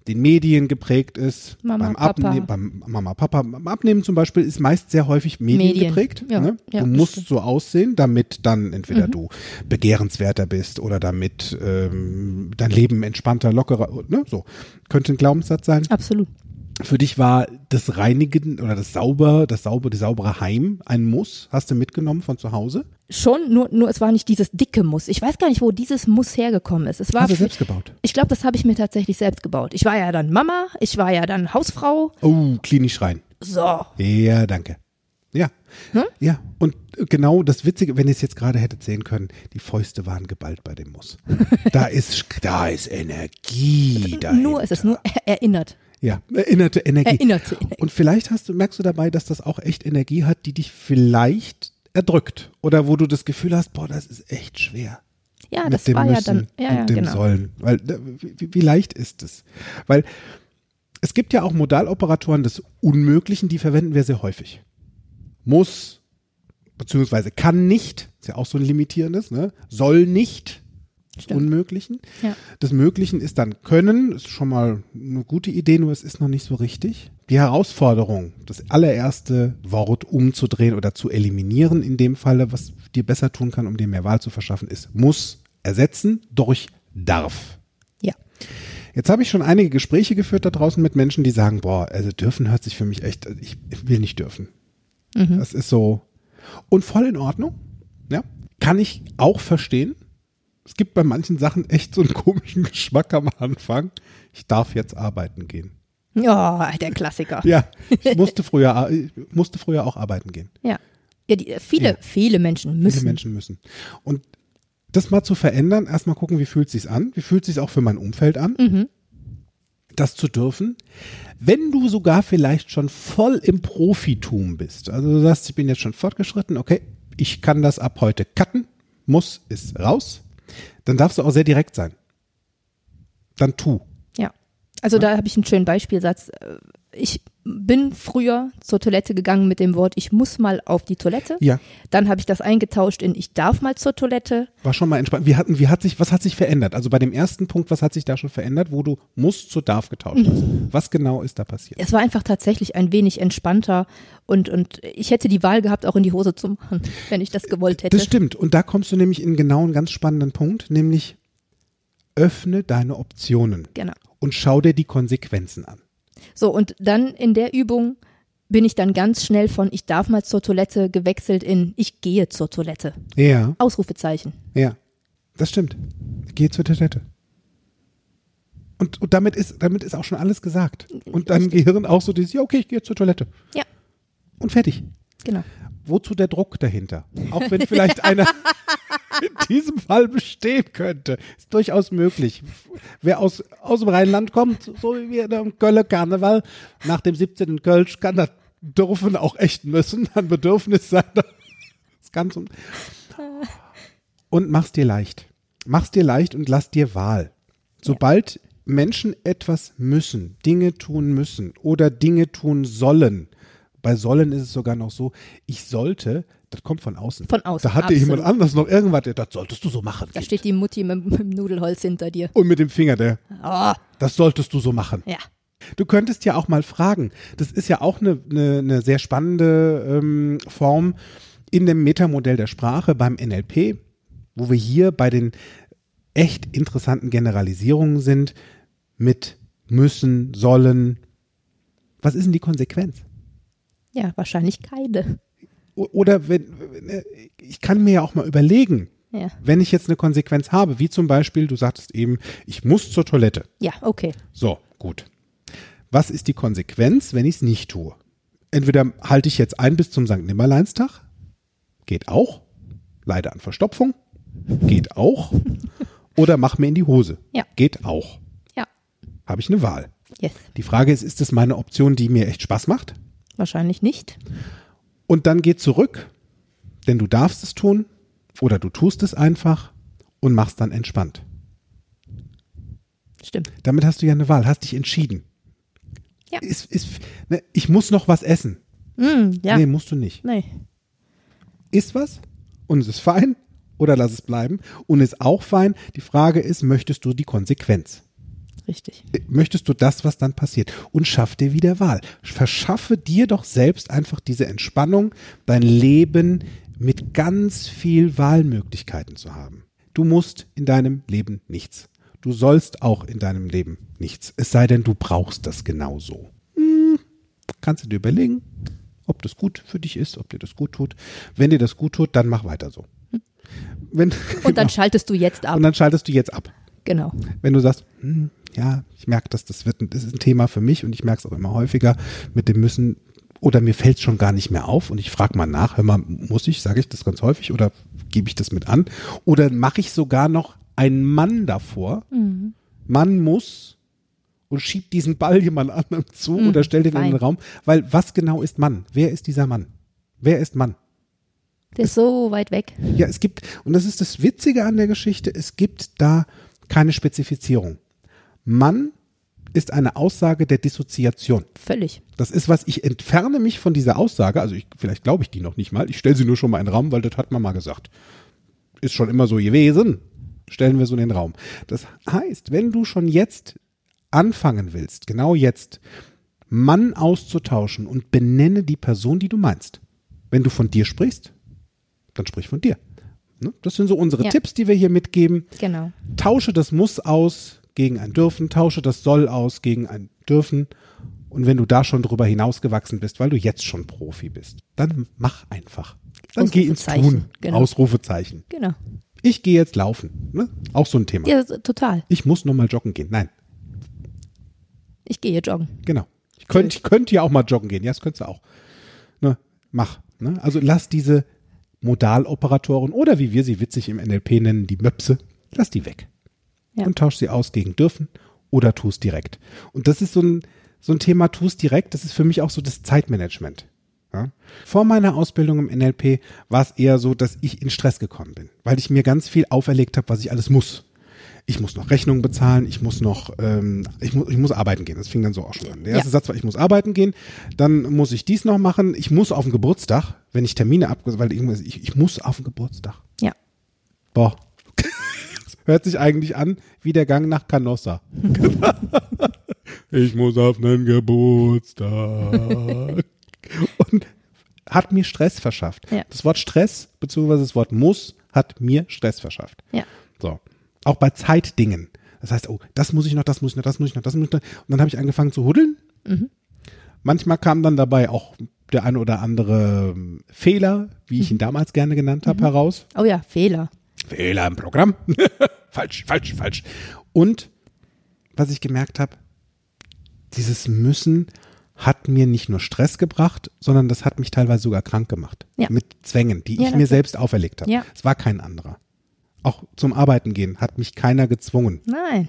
S1: den Medien geprägt ist,
S2: Mama,
S1: beim
S2: Papa.
S1: Abnehmen, beim Mama, Papa, beim Abnehmen zum Beispiel ist meist sehr häufig Medien,
S2: Medien.
S1: geprägt.
S2: Ja,
S1: ne?
S2: ja,
S1: du
S2: das
S1: musst
S2: stimmt.
S1: so aussehen, damit dann entweder du begehrenswerter bist oder damit ähm, dein Leben entspannter, lockerer, ne? so. Könnte ein Glaubenssatz sein.
S2: Absolut.
S1: Für dich war das Reinigen oder das sauber, das sauber, die saubere Heim ein Muss. Hast du mitgenommen von zu Hause?
S2: Schon, nur, nur es war nicht dieses dicke Muss. Ich weiß gar nicht, wo dieses Muss hergekommen ist. Es war
S1: Hast du selbst gebaut?
S2: Ich glaube, das habe ich mir tatsächlich selbst gebaut. Ich war ja dann Mama, ich war ja dann Hausfrau.
S1: Oh, klinisch rein.
S2: So,
S1: Ja, danke. Ja. Ja. Und genau das Witzige, wenn ihr es jetzt gerade hättet sehen können, die Fäuste waren geballt bei dem Muss. da ist, da ist Energie dahinter.
S2: nur, es ist nur erinnert.
S1: Ja, erinnerte Energie.
S2: Erinnerte Energie.
S1: Und vielleicht hast du, merkst du dabei, dass das auch echt Energie hat, die dich vielleicht erdrückt. Oder wo du das Gefühl hast, boah, das ist echt schwer.
S2: Ja,
S1: mit
S2: das
S1: dem
S2: war ja
S1: Müssen
S2: dann, ja, genau.
S1: und
S2: ja,
S1: dem
S2: genau.
S1: Sollen. Weil, äh, wie, wie leicht ist es? Weil es gibt ja auch Modaloperatoren des Unmöglichen, die verwenden wir sehr häufig. Muss, beziehungsweise kann nicht, ist ja auch so ein limitierendes, ne? soll nicht, des
S2: Stimmt.
S1: Unmöglichen.
S2: Ja.
S1: Des Möglichen ist dann Können, ist schon mal eine gute Idee, nur es ist noch nicht so richtig. Die Herausforderung, das allererste Wort umzudrehen oder zu eliminieren, in dem Falle, was dir besser tun kann, um dir mehr Wahl zu verschaffen, ist muss ersetzen durch darf.
S2: Ja.
S1: Jetzt habe ich schon einige Gespräche geführt da draußen mit Menschen, die sagen, boah, also dürfen hört sich für mich echt, also ich will nicht dürfen. Das ist so. Und voll in Ordnung. Ja. Kann ich auch verstehen. Es gibt bei manchen Sachen echt so einen komischen Geschmack am Anfang. Ich darf jetzt arbeiten gehen.
S2: Ja, der Klassiker.
S1: Ja, Oh, ich musste früher, ar- ich musste früher auch arbeiten gehen.
S2: Ja. Ja, die, viele,
S1: Ja.
S2: viele Menschen müssen.
S1: Viele Menschen müssen. Und das mal zu verändern, erstmal gucken, wie fühlt sich's an? Wie fühlt sich's auch für mein Umfeld an? Das zu dürfen. Wenn du sogar vielleicht schon voll im Profitum bist, also du sagst, ich bin jetzt schon fortgeschritten, okay, ich kann das ab heute cutten, muss, ist raus, dann darfst du auch sehr direkt sein. Dann tu.
S2: Ja. Also da habe ich einen schönen Beispielsatz. Äh, Ich bin früher zur Toilette gegangen mit dem Wort, ich muss mal auf die Toilette.
S1: Ja.
S2: Dann habe ich das eingetauscht in, ich darf mal zur Toilette.
S1: War schon mal entspannt. Wie hatten, wie hat sich, was hat sich verändert? Also bei dem ersten Punkt, was hat sich da schon verändert, wo du musst zu darf getauscht hast? Was genau ist da passiert?
S2: Es war einfach tatsächlich ein wenig entspannter und, und ich hätte die Wahl gehabt, auch in die Hose zu machen, wenn ich das gewollt hätte.
S1: Das stimmt. Und da kommst du nämlich in genau einen ganz spannenden Punkt, nämlich öffne deine Optionen
S2: genau.
S1: und schau dir die Konsequenzen an.
S2: So, und dann in der Übung bin ich dann ganz schnell von ich darf mal zur Toilette gewechselt in ich gehe zur Toilette.
S1: Ja,
S2: Ausrufezeichen.
S1: ja. Das stimmt. Geh zur Toilette. Und, und damit, ist, damit ist auch schon alles gesagt. Und deinem Gehirn auch so dieses, ja, okay, ich gehe zur Toilette.
S2: Ja,
S1: Und fertig.
S2: genau.
S1: Wozu der Druck dahinter? Auch wenn vielleicht einer in diesem Fall bestehen könnte. Ist durchaus möglich. Wer aus, aus dem Rheinland kommt, so wie wir im Kölner Karneval, nach dem 17. Kölsch, kann das dürfen auch echt müssen, ein Bedürfnis sein. Das ganz um und mach's dir leicht. Mach's dir leicht und lass dir Wahl. Sobald Menschen etwas müssen, Dinge tun müssen oder Dinge tun sollen, bei sollen ist es sogar noch so, ich sollte, das kommt von außen.
S2: Von außen,
S1: Da hatte
S2: absolut.
S1: jemand anders noch irgendwas, der, das solltest du so machen.
S2: Da
S1: Kind.
S2: steht die Mutti mit, mit dem Nudelholz hinter dir.
S1: und mit dem Finger, der,
S2: Oh,
S1: das solltest du so machen.
S2: ja.
S1: Du könntest ja auch mal fragen. Das ist ja auch eine, eine, eine sehr spannende ähm, Form in dem Metamodell der Sprache beim NLP, wo wir hier bei den echt interessanten Generalisierungen sind mit müssen, sollen. Was ist denn die Konsequenz?
S2: Ja, wahrscheinlich keine.
S1: O- Oder wenn, wenn, äh, ich kann mir ja auch mal überlegen,
S2: Ja.
S1: wenn ich jetzt eine Konsequenz habe, wie zum Beispiel, du sagtest eben, ich muss zur Toilette.
S2: Ja, okay.
S1: So, gut. Was ist die Konsequenz, wenn ich es nicht tue? Entweder halte ich jetzt ein bis zum St. Nimmerleinstag, geht auch, leide an Verstopfung, geht auch, oder mach mir in die Hose,
S2: Ja.
S1: geht auch.
S2: Ja.
S1: Habe ich eine Wahl.
S2: Yes.
S1: Die Frage ist, ist das meine Option, die mir echt Spaß macht?
S2: Wahrscheinlich nicht.
S1: Und dann geh zurück, denn du darfst es tun oder du tust es einfach und machst dann entspannt.
S2: Stimmt.
S1: Damit hast du ja eine Wahl, hast dich entschieden.
S2: Ja.
S1: Ist, ist, ne, ich muss noch was essen.
S2: Mm, ja.
S1: Nee,
S2: Nee.
S1: musst du nicht. Ist was und es ist fein oder lass es bleiben und ist auch fein. Die Frage ist, möchtest du die Konsequenz?
S2: Richtig.
S1: Äh, Möchtest du das, was dann passiert? Und schaff dir wieder Wahl. Verschaffe dir doch selbst einfach diese Entspannung, dein Leben mit ganz viel Wahlmöglichkeiten zu haben. Du musst in deinem Leben nichts. Du sollst auch in deinem Leben nichts. Es sei denn, du brauchst das genauso Hm, kannst du dir überlegen, ob das gut für dich ist, ob dir das gut tut. Wenn dir das gut tut, dann mach weiter so. Wenn,
S2: Hm.
S1: Genau.
S2: Und dann schaltest du jetzt ab.
S1: und dann schaltest du jetzt ab.
S2: Genau.
S1: Wenn du sagst, hm, ja, ich merke das, das, wird, ein- das ist ein Thema für mich und ich merke es auch immer häufiger mit dem Müssen oder mir fällt es schon gar nicht mehr auf und ich frage mal nach, hör mal, muss ich, sage ich das ganz häufig oder gebe ich das mit an oder mache ich sogar noch einen Mann davor, man muss und schiebt diesen Ball jemand anderem zu oder stellt ihn in den
S2: fein.
S1: Raum, weil was genau ist Mann? Wer ist dieser Mann? Wer ist Mann?
S2: Der ist so weit weg.
S1: Ja, es gibt, und das ist das Witzige an der Geschichte, es gibt da keine Spezifizierung. Mann ist eine Aussage der Dissoziation.
S2: Völlig.
S1: Das ist was, ich entferne mich von dieser Aussage, also ich, vielleicht glaube ich die noch nicht mal, ich stelle sie nur schon mal in den Raum, weil das hat man mal gesagt. Ist schon immer so gewesen. Stellen wir so in den Raum. Das heißt, wenn du schon jetzt anfangen willst, genau jetzt, Mann auszutauschen und benenne die Person, die du meinst. Wenn du von dir sprichst, dann sprich von dir. Ne? Das sind so unsere
S2: Ja.
S1: Tipps, die wir hier mitgeben.
S2: Genau.
S1: Tausche das Muss aus gegen ein Dürfen, tausche das Soll aus gegen ein Dürfen. Und wenn du da schon drüber hinausgewachsen bist, weil du jetzt schon Profi bist, dann mach einfach. Dann geh ins Tun.
S2: Ausrufezeichen, genau.
S1: Ausrufezeichen.
S2: Genau.
S1: Ich gehe jetzt laufen. Ne? Auch so ein Thema.
S2: Ja, so- total.
S1: Ich muss nochmal joggen gehen. Nein,
S2: Ich gehe joggen.
S1: genau. Ich könnte ich könnt ja auch mal joggen gehen. Ja, das könntest du auch. Ne? Mach. Ne? Also lass diese Modaloperatoren oder wie wir sie witzig im NLP nennen, die Möpse, lass die weg.
S2: Ja.
S1: und tausch sie aus gegen dürfen oder tu es direkt. Und das ist so ein, so ein Thema, tu es direkt, das ist für mich auch so das Zeitmanagement. Ja? Vor meiner Ausbildung im NLP war es eher so, dass ich in Stress gekommen bin, weil ich mir ganz viel auferlegt habe, was ich alles muss. Ich muss noch Rechnungen bezahlen, ich muss noch, ähm, ich, mu ich muss arbeiten gehen. Das fing dann so auch schon an. Der
S2: Ja.
S1: erste Satz war, ich muss arbeiten gehen, dann muss ich dies noch machen, ich muss auf den Geburtstag, wenn ich Termine abgesagt, weil irgendwas, ich, ich muss auf den Geburtstag.
S2: Ja.
S1: Boah. Das hört sich eigentlich an wie der Gang nach Canossa. ich muss auf einen Geburtstag. Und hat mir Stress verschafft.
S2: Ja.
S1: Das Wort Stress bzw. das Wort muss hat mir Stress verschafft.
S2: Ja.
S1: So. Auch bei Zeitdingen. Das heißt, oh, das muss ich noch, das muss ich noch, das muss ich noch, das muss ich noch. Und dann habe ich angefangen zu huddeln. Manchmal kam dann dabei auch der ein oder andere ähm, Fehler, wie ich ihn damals gerne genannt habe, heraus.
S2: Oh ja, Fehler.
S1: Fehler im Programm. falsch, falsch, falsch. Und was ich gemerkt habe, dieses Müssen hat mir nicht nur Stress gebracht, sondern das hat mich teilweise sogar krank gemacht.
S2: Ja.
S1: Mit Zwängen, die
S2: Ja,
S1: ich
S2: na
S1: mir
S2: klar.
S1: selbst auferlegt habe.
S2: Ja.
S1: Es war kein anderer. Auch zum Arbeiten gehen hat mich keiner gezwungen.
S2: Nein.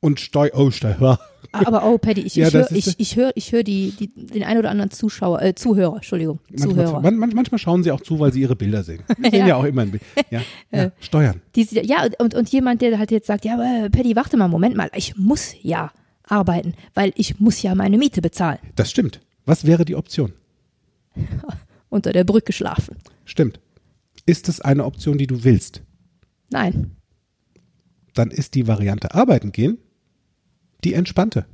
S1: Und Steu, oh, Steuer.
S2: Aber oh, Paddy, ich,
S1: Ja,
S2: ich höre
S1: das ist-
S2: ich, ich hör, ich hör die, die, den ein oder anderen Zuschauer, äh, Zuhörer, Entschuldigung, Zuhörer.
S1: Manchmal, man, man- manchmal schauen sie auch zu, weil sie ihre Bilder sehen. Wir sehen ja,
S2: Ja.
S1: auch immer ein Bild. Ja, ja. Steuern.
S2: Die, sie- ja, und, und jemand, der halt jetzt sagt, ja, aber äh, Paddy, warte mal, Moment mal, ich muss ja arbeiten, weil ich muss ja meine Miete bezahlen.
S1: Das stimmt. Was wäre die Option?
S2: Unter der Brücke schlafen.
S1: Stimmt. Ist es eine Option, die du willst?
S2: Nein.
S1: dann ist die Variante arbeiten gehen die entspannte.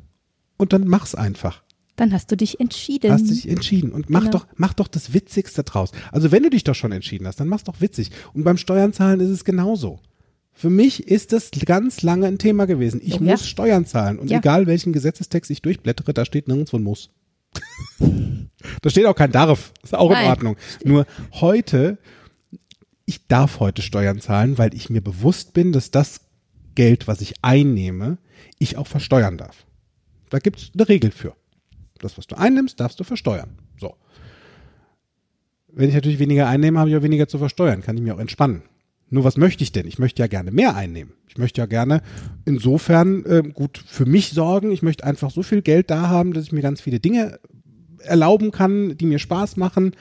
S1: Und dann mach's einfach.
S2: Dann hast du dich entschieden.
S1: Hast dich entschieden und mach
S2: Mhm. Genau.
S1: doch mach doch das witzigste draus. Also wenn du dich doch schon entschieden hast, dann mach's doch witzig. Und beim Steuern zahlen ist es genauso. Für mich ist das ganz lange ein Thema gewesen. Ich
S2: Oh ja.
S1: muss Steuern zahlen und
S2: Ja.
S1: egal welchen Gesetzestext ich durchblättere, da steht nirgendwo ein muss. da steht auch kein darf. Ist auch in
S2: Nein.
S1: Ordnung. Nur heute ich darf heute Steuern zahlen, weil ich mir bewusst bin, dass das Geld, was ich einnehme, ich auch versteuern darf. Da gibt es eine Regel für. Das, was du einnimmst, darfst du versteuern. So. Wenn ich natürlich weniger einnehme, habe ich auch weniger zu versteuern, kann ich mir auch entspannen. Nur was möchte ich denn? Ich möchte ja gerne mehr einnehmen. Ich möchte ja gerne insofern äh, gut für mich sorgen. Ich möchte einfach so viel Geld da haben, dass ich mir ganz viele Dinge erlauben kann, die mir Spaß machen.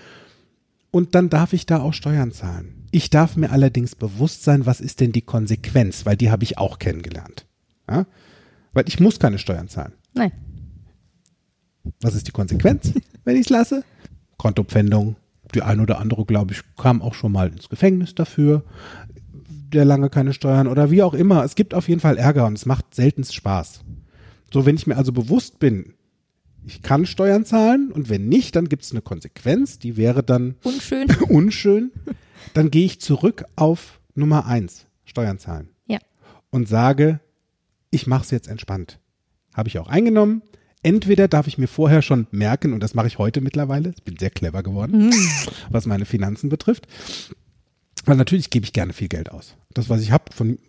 S1: Und dann darf ich da auch Steuern zahlen. Ich darf mir allerdings bewusst sein, was ist denn die Konsequenz, weil die habe ich auch kennengelernt. Ja? Weil ich muss keine Steuern zahlen.
S2: Nein.
S1: Was ist die Konsequenz, wenn ich es lasse? Kontopfändung. Die ein oder andere, glaube ich, kam auch schon mal ins Gefängnis dafür. Der lange keine Steuern oder wie auch immer. Es gibt auf jeden Fall Ärger und es macht seltenst Spaß. So, wenn ich mir also bewusst bin, ich kann Steuern zahlen und wenn nicht, dann gibt es eine Konsequenz, die wäre dann
S2: Unschön.
S1: unschön, dann gehe ich zurück auf Nummer eins, Steuern zahlen
S2: ja.
S1: und sage, ich mache es jetzt entspannt. Habe ich auch eingenommen. Entweder darf ich mir vorher schon merken, und das mache ich heute mittlerweile, ich bin sehr clever geworden, was meine Finanzen betrifft, weil natürlich gebe ich gerne viel Geld aus. Das, was ich habe, von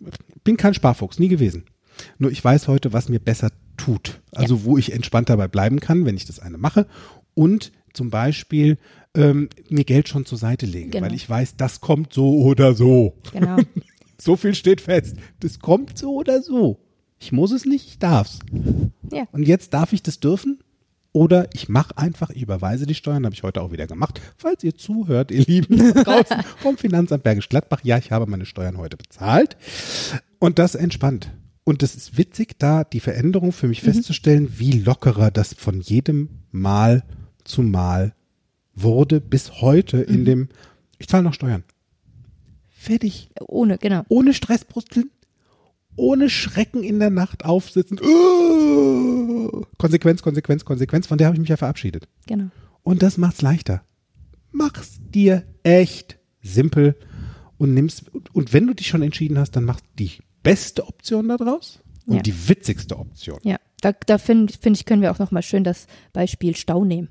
S1: bin kein Sparfuchs, nie gewesen. Nur ich weiß heute, was mir besser tut. Also wo ich entspannt dabei bleiben kann, wenn ich das eine mache. Und zum Beispiel ähm, mir Geld schon zur Seite legen,
S2: Genau.
S1: weil ich weiß, das kommt so oder so.
S2: Genau.
S1: So viel steht fest. Das kommt so oder so. Ich muss es nicht, ich darf's.
S2: Ja.
S1: Und jetzt darf ich das dürfen? Oder ich mache einfach, ich überweise die Steuern, habe ich heute auch wieder gemacht. Falls ihr zuhört, ihr Lieben da draußen vom Finanzamt Bergisch Gladbach, ja, ich habe meine Steuern heute bezahlt. Und das entspannt. Und das ist witzig, da die Veränderung für mich festzustellen, wie lockerer das von jedem Mal zu Mal wurde bis heute in dem, ich zahle noch Steuern. Fertig.
S2: Ohne, genau.
S1: Ohne Stressbrusteln, ohne Schrecken in der Nacht aufsitzen. Uh, Konsequenz, Konsequenz, Konsequenz, von der habe ich mich ja verabschiedet.
S2: genau.
S1: Und das macht's leichter. Mach's dir echt simpel und nimmst und wenn du dich schon entschieden hast, dann mach die beste Option daraus und
S2: Ja.
S1: die witzigste Option.
S2: Ja, da, da finde find ich, können wir auch nochmal schön das Beispiel Stau nehmen.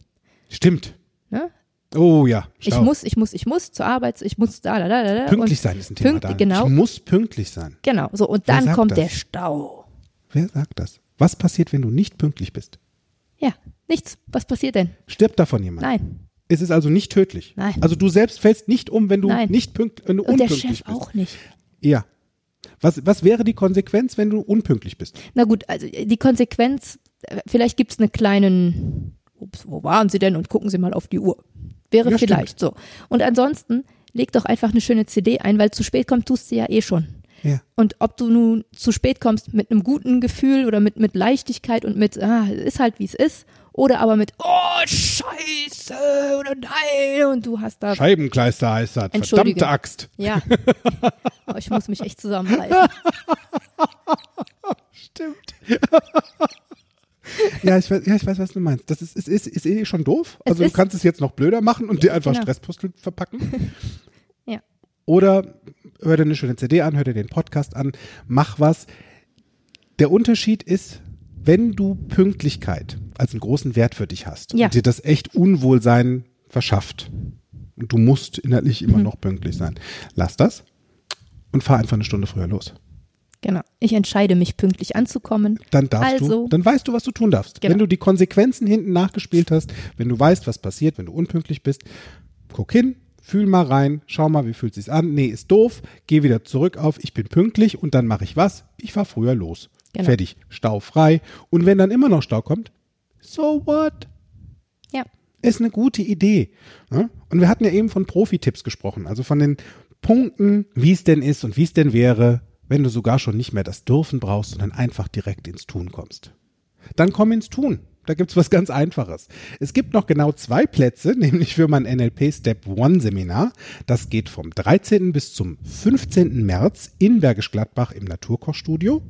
S1: Stimmt.
S2: Ne?
S1: Oh ja.
S2: Ich
S1: Stau.
S2: muss, ich muss, ich muss zur Arbeit, ich muss da, da, da, da. da.
S1: pünktlich
S2: und
S1: sein ist ein Thema.
S2: pünktlich,
S1: da.
S2: Genau,
S1: Ich muss pünktlich sein.
S2: genau. So, und
S1: Wer
S2: dann
S1: sagt
S2: kommt
S1: das?
S2: der Stau.
S1: Wer sagt das? Was passiert, wenn du nicht pünktlich bist?
S2: Ja, nichts. Was passiert denn?
S1: Stirbt davon jemand?
S2: Nein.
S1: Es ist also nicht tödlich.
S2: Nein.
S1: Also du selbst fällst nicht um, wenn du
S2: Nein.
S1: nicht pünktlich, wenn du
S2: Und der
S1: unpünktlich
S2: Chef
S1: bist.
S2: auch nicht.
S1: Ja. Was, was wäre die Konsequenz, wenn du unpünktlich bist?
S2: Na gut, also die Konsequenz, äh, vielleicht gibt's einen kleinen, ups, wo waren Sie denn und gucken Sie mal auf die Uhr. Wäre
S1: Ja, stimmt.
S2: vielleicht so. Und ansonsten leg doch einfach eine schöne CD ein, weil zu spät kommt, tust du ja eh schon.
S1: Ja.
S2: Und ob du nun zu spät kommst mit einem guten Gefühl oder mit, mit Leichtigkeit und mit, ah, es ist halt wie es ist, oder aber mit, oh, scheiße, oder nein, und du hast da,
S1: Scheibenkleister heißt das.
S2: Entschuldige.
S1: Verdammte Axt.
S2: ja. Oh, ich muss mich echt zusammenreißen.
S1: Stimmt. ja, ich weiß, ja, ich weiß, was du meinst. Das ist, ist, ist, ist eh schon doof.
S2: Es
S1: also du
S2: ist-
S1: kannst es jetzt noch blöder machen und dir einfach
S2: genau.
S1: Stresspusteln verpacken.
S2: Ja.
S1: Oder hör dir eine schöne CD an, hör dir den Podcast an, mach was. Der Unterschied ist, wenn du Pünktlichkeit als einen großen Wert für dich hast
S2: Ja.
S1: und dir das echt Unwohlsein verschafft und du musst innerlich
S2: Mhm.
S1: immer noch pünktlich sein, lass das und fahr einfach eine Stunde früher los.
S2: Genau. Ich entscheide mich, pünktlich anzukommen.
S1: Dann darfst
S2: Also-
S1: du, dann weißt du, was du tun darfst.
S2: Genau.
S1: Wenn du die Konsequenzen hinten nachgespielt hast, wenn du weißt, was passiert, wenn du unpünktlich bist, guck hin, fühl mal rein, schau mal, wie fühlt sich's an. Nee, ist doof, geh wieder zurück auf, ich bin pünktlich und dann mache ich was? Ich fahr früher los.
S2: Genau.
S1: Fertig, Stau frei. Und wenn dann immer noch Stau kommt, so what?
S2: Ja.
S1: Ist eine gute Idee. ne? Und wir hatten ja eben von Profi-Tipps gesprochen, also von den Punkten, wie es denn ist und wie es denn wäre, wenn du sogar schon nicht mehr das Dürfen brauchst, sondern einfach direkt ins Tun kommst. Dann komm ins Tun. Da gibt's was ganz Einfaches. Es gibt noch genau zwei Plätze, nämlich für mein NLP Step One Seminar. Das geht vom 13. bis zum 15. März in Bergisch Gladbach im Naturkochstudio.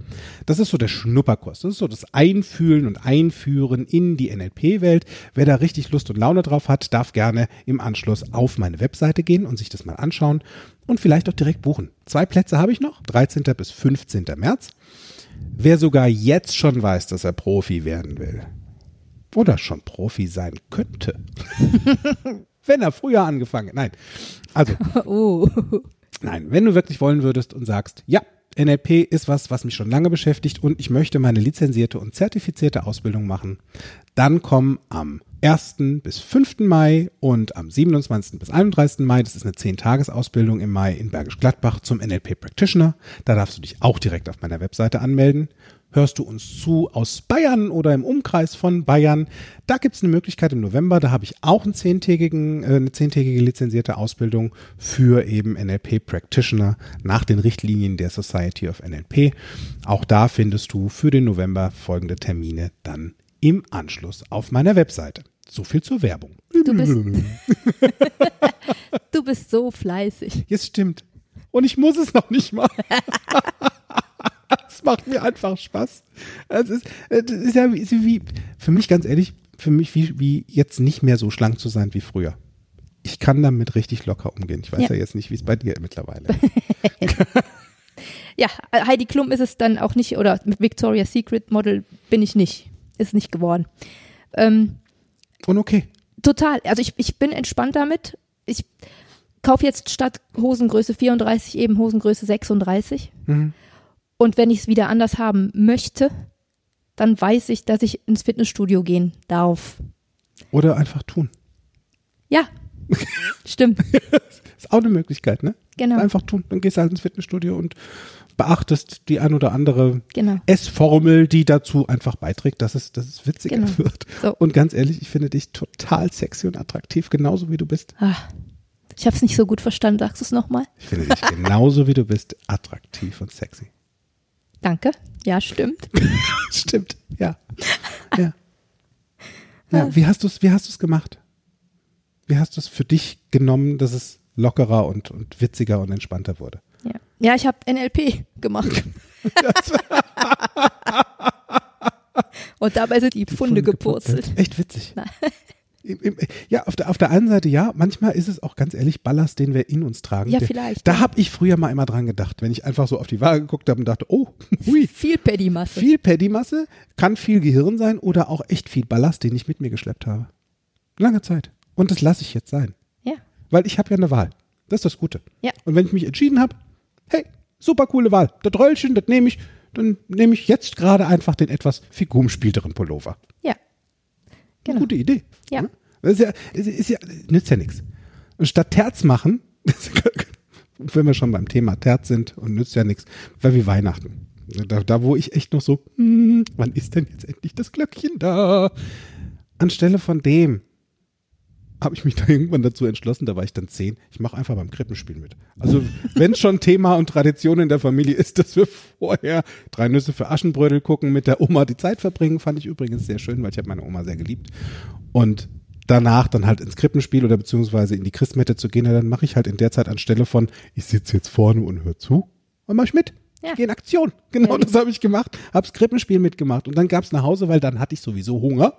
S1: Das ist so der Schnupperkurs. Das ist so das Einfühlen und Einführen in die NLP-Welt. Wer da richtig Lust und Laune drauf hat, darf gerne im Anschluss auf meine Webseite gehen und sich das mal anschauen und vielleicht auch direkt buchen. Zwei Plätze habe ich noch, 13. bis 15. März. Wer sogar jetzt schon weiß, dass er Profi werden will oder schon Profi sein könnte, wenn er früher angefangen hätte. Nein, also
S2: Oh.
S1: Nein, wenn du wirklich wollen würdest und sagst, ja, NLP ist was, was mich schon lange beschäftigt und ich möchte meine lizenzierte und zertifizierte Ausbildung machen, dann komm am 1. bis 5. Mai und am 27. bis 31. Mai, das ist eine 10-Tages-Ausbildung im Mai in Bergisch Gladbach zum NLP Practitioner. Da darfst du dich auch direkt auf meiner Webseite anmelden. Hörst du uns zu aus Bayern oder im Umkreis von Bayern? Da gibt es eine Möglichkeit im November. Da habe ich auch einen zehntägigen, äh, eine zehntägige lizenzierte Ausbildung für eben NLP Practitioner nach den Richtlinien der Society of NLP. Auch da findest du für den November folgende Termine dann im Anschluss auf meiner Webseite. So viel zur Werbung.
S2: Du bist, du bist so fleißig.
S1: Jetzt stimmt. Und ich muss es noch nicht mal. Es macht mir einfach Spaß. Es ist, äh, das ist ja wie, ist wie, für mich ganz ehrlich, für mich wie, wie jetzt nicht mehr so schlank zu sein wie früher. Ich kann damit richtig locker umgehen. Ich weiß ja,
S2: Ja.
S1: jetzt nicht, wie es bei dir mittlerweile ist.
S2: Ja, Heidi Klum ist es dann auch nicht, oder mit Victoria's Secret Model bin ich nicht. Ist nicht geworden. Ähm,
S1: Und okay.
S2: total. Also ich, ich bin entspannt damit. Ich kaufe jetzt statt Hosengröße 34 eben Hosengröße 36.
S1: Mhm.
S2: Und wenn ich es wieder anders haben möchte, dann weiß ich, dass ich ins Fitnessstudio gehen darf.
S1: Oder einfach tun.
S2: Ja, stimmt.
S1: Ist auch eine Möglichkeit, ne?
S2: Genau.
S1: Einfach tun. Dann gehst du halt ins Fitnessstudio und beachtest die ein oder andere
S2: Genau.
S1: S-Formel, die dazu einfach beiträgt, dass es, dass es witziger
S2: Genau.
S1: wird.
S2: So.
S1: Und ganz ehrlich, ich finde dich total sexy und attraktiv, genauso wie du bist.
S2: Ah, ich habe es nicht so gut verstanden. Sagst du es nochmal?
S1: Ich finde dich genauso wie du bist attraktiv und sexy.
S2: Danke. Ja, stimmt.
S1: Stimmt, ja. ja. ja wie hast du es wie hast du's gemacht? Wie hast du es für dich genommen, dass es lockerer und, und witziger und entspannter wurde?
S2: Ja, ja ich habe NLP gemacht. Und dabei sind die Pfunde gepurzelt.
S1: Äh, Echt witzig. Im- im- Ja, auf der, auf der einen Seite ja, manchmal ist es auch ganz ehrlich Ballast, den wir in uns tragen.
S2: Ja,
S1: Der-
S2: vielleicht,
S1: Da
S2: ja.
S1: habe ich früher mal immer dran gedacht, wenn ich einfach so auf die Waage geguckt habe und dachte, oh, hui,
S2: Viel Paddy-Masse.
S1: viel Paddymasse, kann viel Gehirn sein oder auch echt viel Ballast, den ich mit mir geschleppt habe. Lange Zeit. Und das lasse ich jetzt sein.
S2: Ja.
S1: Weil ich habe ja eine Wahl. Das ist das Gute.
S2: Ja.
S1: Und wenn ich mich entschieden habe, hey, super coole Wahl, das Röllchen, das nehme ich, dann nehme ich jetzt gerade einfach den etwas figurumspielteren Pullover.
S2: Ja. Genau.
S1: Gute Idee.
S2: Ja.
S1: Ne? Das ist ja, ist, ist ja, nützt ja nichts. Und statt Terz machen, wenn wir schon beim Thema Terz sind und nützt ja nichts, weil wie Weihnachten. Da, da wo ich echt noch so, hm, wann ist denn jetzt endlich das Glöckchen da? Anstelle von dem habe ich mich da irgendwann dazu entschlossen, da war ich dann zehn, ich mache einfach beim Krippenspiel mit. Also wenn schon Thema und Tradition in der Familie ist, dass wir vorher drei Nüsse für Aschenbrödel gucken, mit der Oma die Zeit verbringen, fand ich übrigens sehr schön, weil ich habe meine Oma sehr geliebt. Und danach dann halt ins Krippenspiel oder beziehungsweise in die Christmette zu gehen, ja, dann mache ich halt in der Zeit anstelle von, ich sitze jetzt vorne und höre zu, dann mache ich mit.
S2: Ja.
S1: Ich gehe in Aktion. Genau
S2: Ja,
S1: das habe ich gemacht. Hab's Krippenspiel mitgemacht. Und dann gab's nach Hause, weil dann hatte ich sowieso Hunger.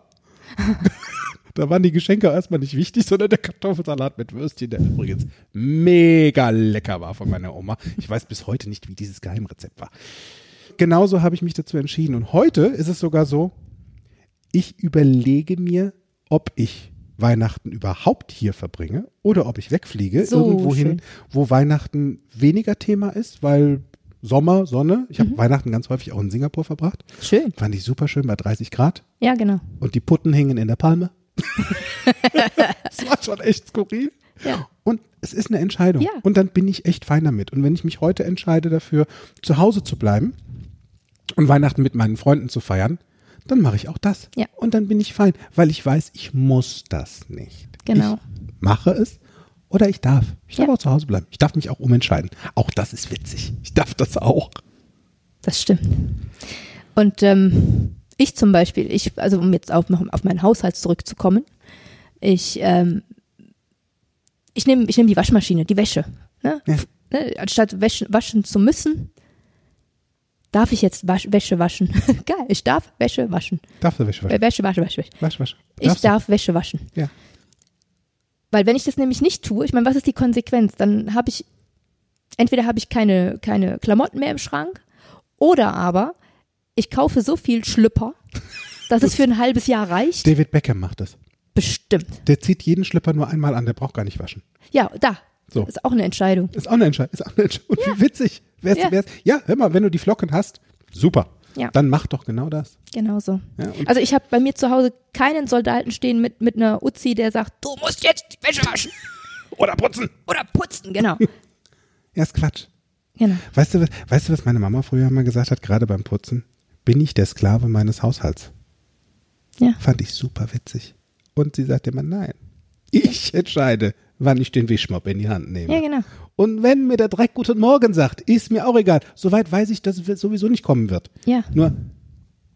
S1: Da waren die Geschenke erstmal nicht wichtig, sondern der Kartoffelsalat mit Würstchen, der übrigens mega lecker war von meiner Oma. Ich weiß bis heute nicht, wie dieses Geheimrezept war. Genauso habe ich mich dazu entschieden. Und heute ist es sogar so, ich überlege mir, ob ich Weihnachten überhaupt hier verbringe oder ob ich wegfliege
S2: So
S1: irgendwohin,
S2: schön.
S1: wo Weihnachten weniger Thema ist, weil Sommer, Sonne. Ich habe Weihnachten ganz häufig auch in Singapur verbracht.
S2: Schön.
S1: Fand ich super schön bei 30 Grad
S2: Ja, genau.
S1: und die Putten hingen in der Palme. das war schon echt skurril.
S2: Ja.
S1: Und es ist eine Entscheidung.
S2: Ja.
S1: Und dann bin ich echt fein damit. Und wenn ich mich heute entscheide dafür, zu Hause zu bleiben und Weihnachten mit meinen Freunden zu feiern, dann mache ich auch das.
S2: Ja.
S1: Und dann bin ich fein, weil ich weiß, ich muss das nicht.
S2: Genau.
S1: Ich mache es oder ich darf. Ich darf
S2: Ja.
S1: auch zu Hause bleiben. Ich darf mich auch umentscheiden. Auch das ist witzig. Ich darf das auch.
S2: Das stimmt. Und ähm, ich zum Beispiel, ich, also um jetzt auf, noch auf meinen Haushalt zurückzukommen, ich, ähm, ich nehme ich nehm die Waschmaschine, die Wäsche. Ne?
S1: Ja.
S2: F- Ne? Anstatt waschen, waschen zu müssen, darf ich jetzt wasch, Wäsche waschen. Geil, ich darf Wäsche waschen.
S1: Darf du Wäsche waschen?
S2: Äh, Wäsche, Wäsche, Wäsche, Wäsche.
S1: Wasch, wasch.
S2: Ich
S1: Darfst du?
S2: darf Wäsche waschen.
S1: Ja.
S2: Weil wenn ich das nämlich nicht tue, ich meine, was ist die Konsequenz? Dann habe ich, entweder habe ich keine, keine Klamotten mehr im Schrank oder aber ich kaufe so viel Schlüpper, dass es für ein halbes Jahr reicht.
S1: David Beckham macht das.
S2: Bestimmt.
S1: Der zieht jeden Schlipper nur einmal an, der braucht gar nicht waschen.
S2: Ja, da.
S1: So.
S2: Ist auch eine Entscheidung.
S1: Ist auch eine Entscheidung. Ist auch eine Entscheidung. Und wie witzig. Wär's,
S2: Ja.
S1: ja. Wär's, ja, hör mal, wenn du die Flocken hast, super.
S2: Ja.
S1: Dann mach doch genau das.
S2: Genau so.
S1: Ja, und-
S2: also ich habe bei mir zu Hause keinen Soldaten stehen mit, mit einer Uzi, der sagt, du musst jetzt die Wäsche waschen
S1: Oder putzen.
S2: oder putzen. Genau.
S1: Ja, ist Quatsch.
S2: genau.
S1: Weißt du, was- weißt du, was meine Mama früher mal gesagt hat, gerade beim Putzen? Bin ich der Sklave meines Haushalts?
S2: Ja.
S1: Fand ich super witzig. Und sie sagte immer, nein. Ich entscheide, wann ich den Wischmopp in die Hand nehme.
S2: Ja, genau.
S1: Und wenn mir der Dreck Guten Morgen sagt, ist mir auch egal. Soweit weiß ich, dass es sowieso nicht kommen wird.
S2: Ja.
S1: Nur,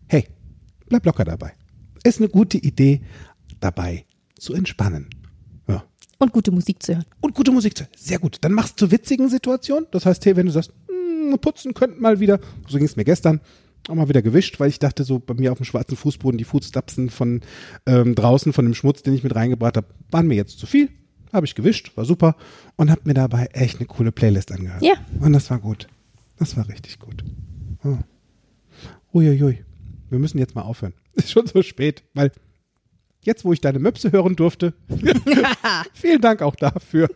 S1: hey, bleib locker dabei. Ist eine gute Idee, dabei zu entspannen. Ja.
S2: Und gute Musik zu hören.
S1: Und gute Musik zu. Sehr gut. Dann machst du witzigen Situationen. Das heißt, hey, wenn du sagst, "Hm, putzen könnten mal wieder, so ging es mir gestern, auch mal wieder gewischt, weil ich dachte, so bei mir auf dem schwarzen Fußboden, die Fußstapsen von ähm, draußen, von dem Schmutz, den ich mit reingebracht habe, waren mir jetzt zu viel. Habe ich gewischt, war super und habe mir dabei echt eine coole Playlist angehört.
S2: Ja.
S1: Und das war gut. Das war richtig gut. Oh. Uiuiui. Wir müssen jetzt mal aufhören. Ist schon so spät, weil jetzt, wo ich deine Möpse hören durfte, vielen Dank auch dafür.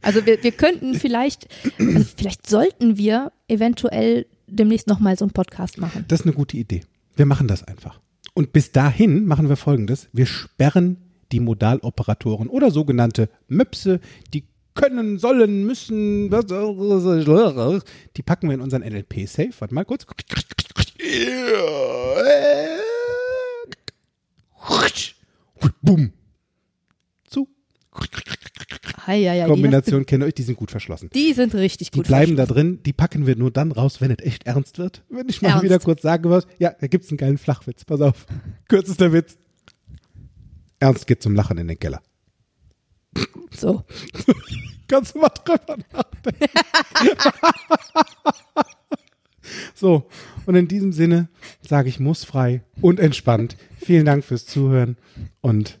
S2: Also wir, wir könnten vielleicht, also vielleicht sollten wir eventuell demnächst nochmal so einen Podcast machen.
S1: Das ist eine gute Idee. Wir machen das einfach. Und bis dahin machen wir folgendes. Wir sperren die Modaloperatoren oder sogenannte Möpse, die können, sollen, müssen, die packen wir in unseren NLP-Safe. Warte mal kurz. Bumm. Zu.
S2: Hei, ja, ja,
S1: Kombination kenne ich, die sind gut verschlossen.
S2: Die, hast du- die sind richtig
S1: Die
S2: gut.
S1: bleiben da drin, die packen wir nur dann raus, wenn es echt ernst wird. Wenn ich mal
S2: Ernst.
S1: wieder kurz sagen was, ja, da gibt's einen geilen Flachwitz, pass auf. Kürzester Witz. Ernst geht zum Lachen in den Keller.
S2: verschlossen. So.
S1: Kannst du mal drüber nachdenken. so, und in diesem Sinne sage ich mussfrei und entspannt. Vielen Dank fürs Zuhören und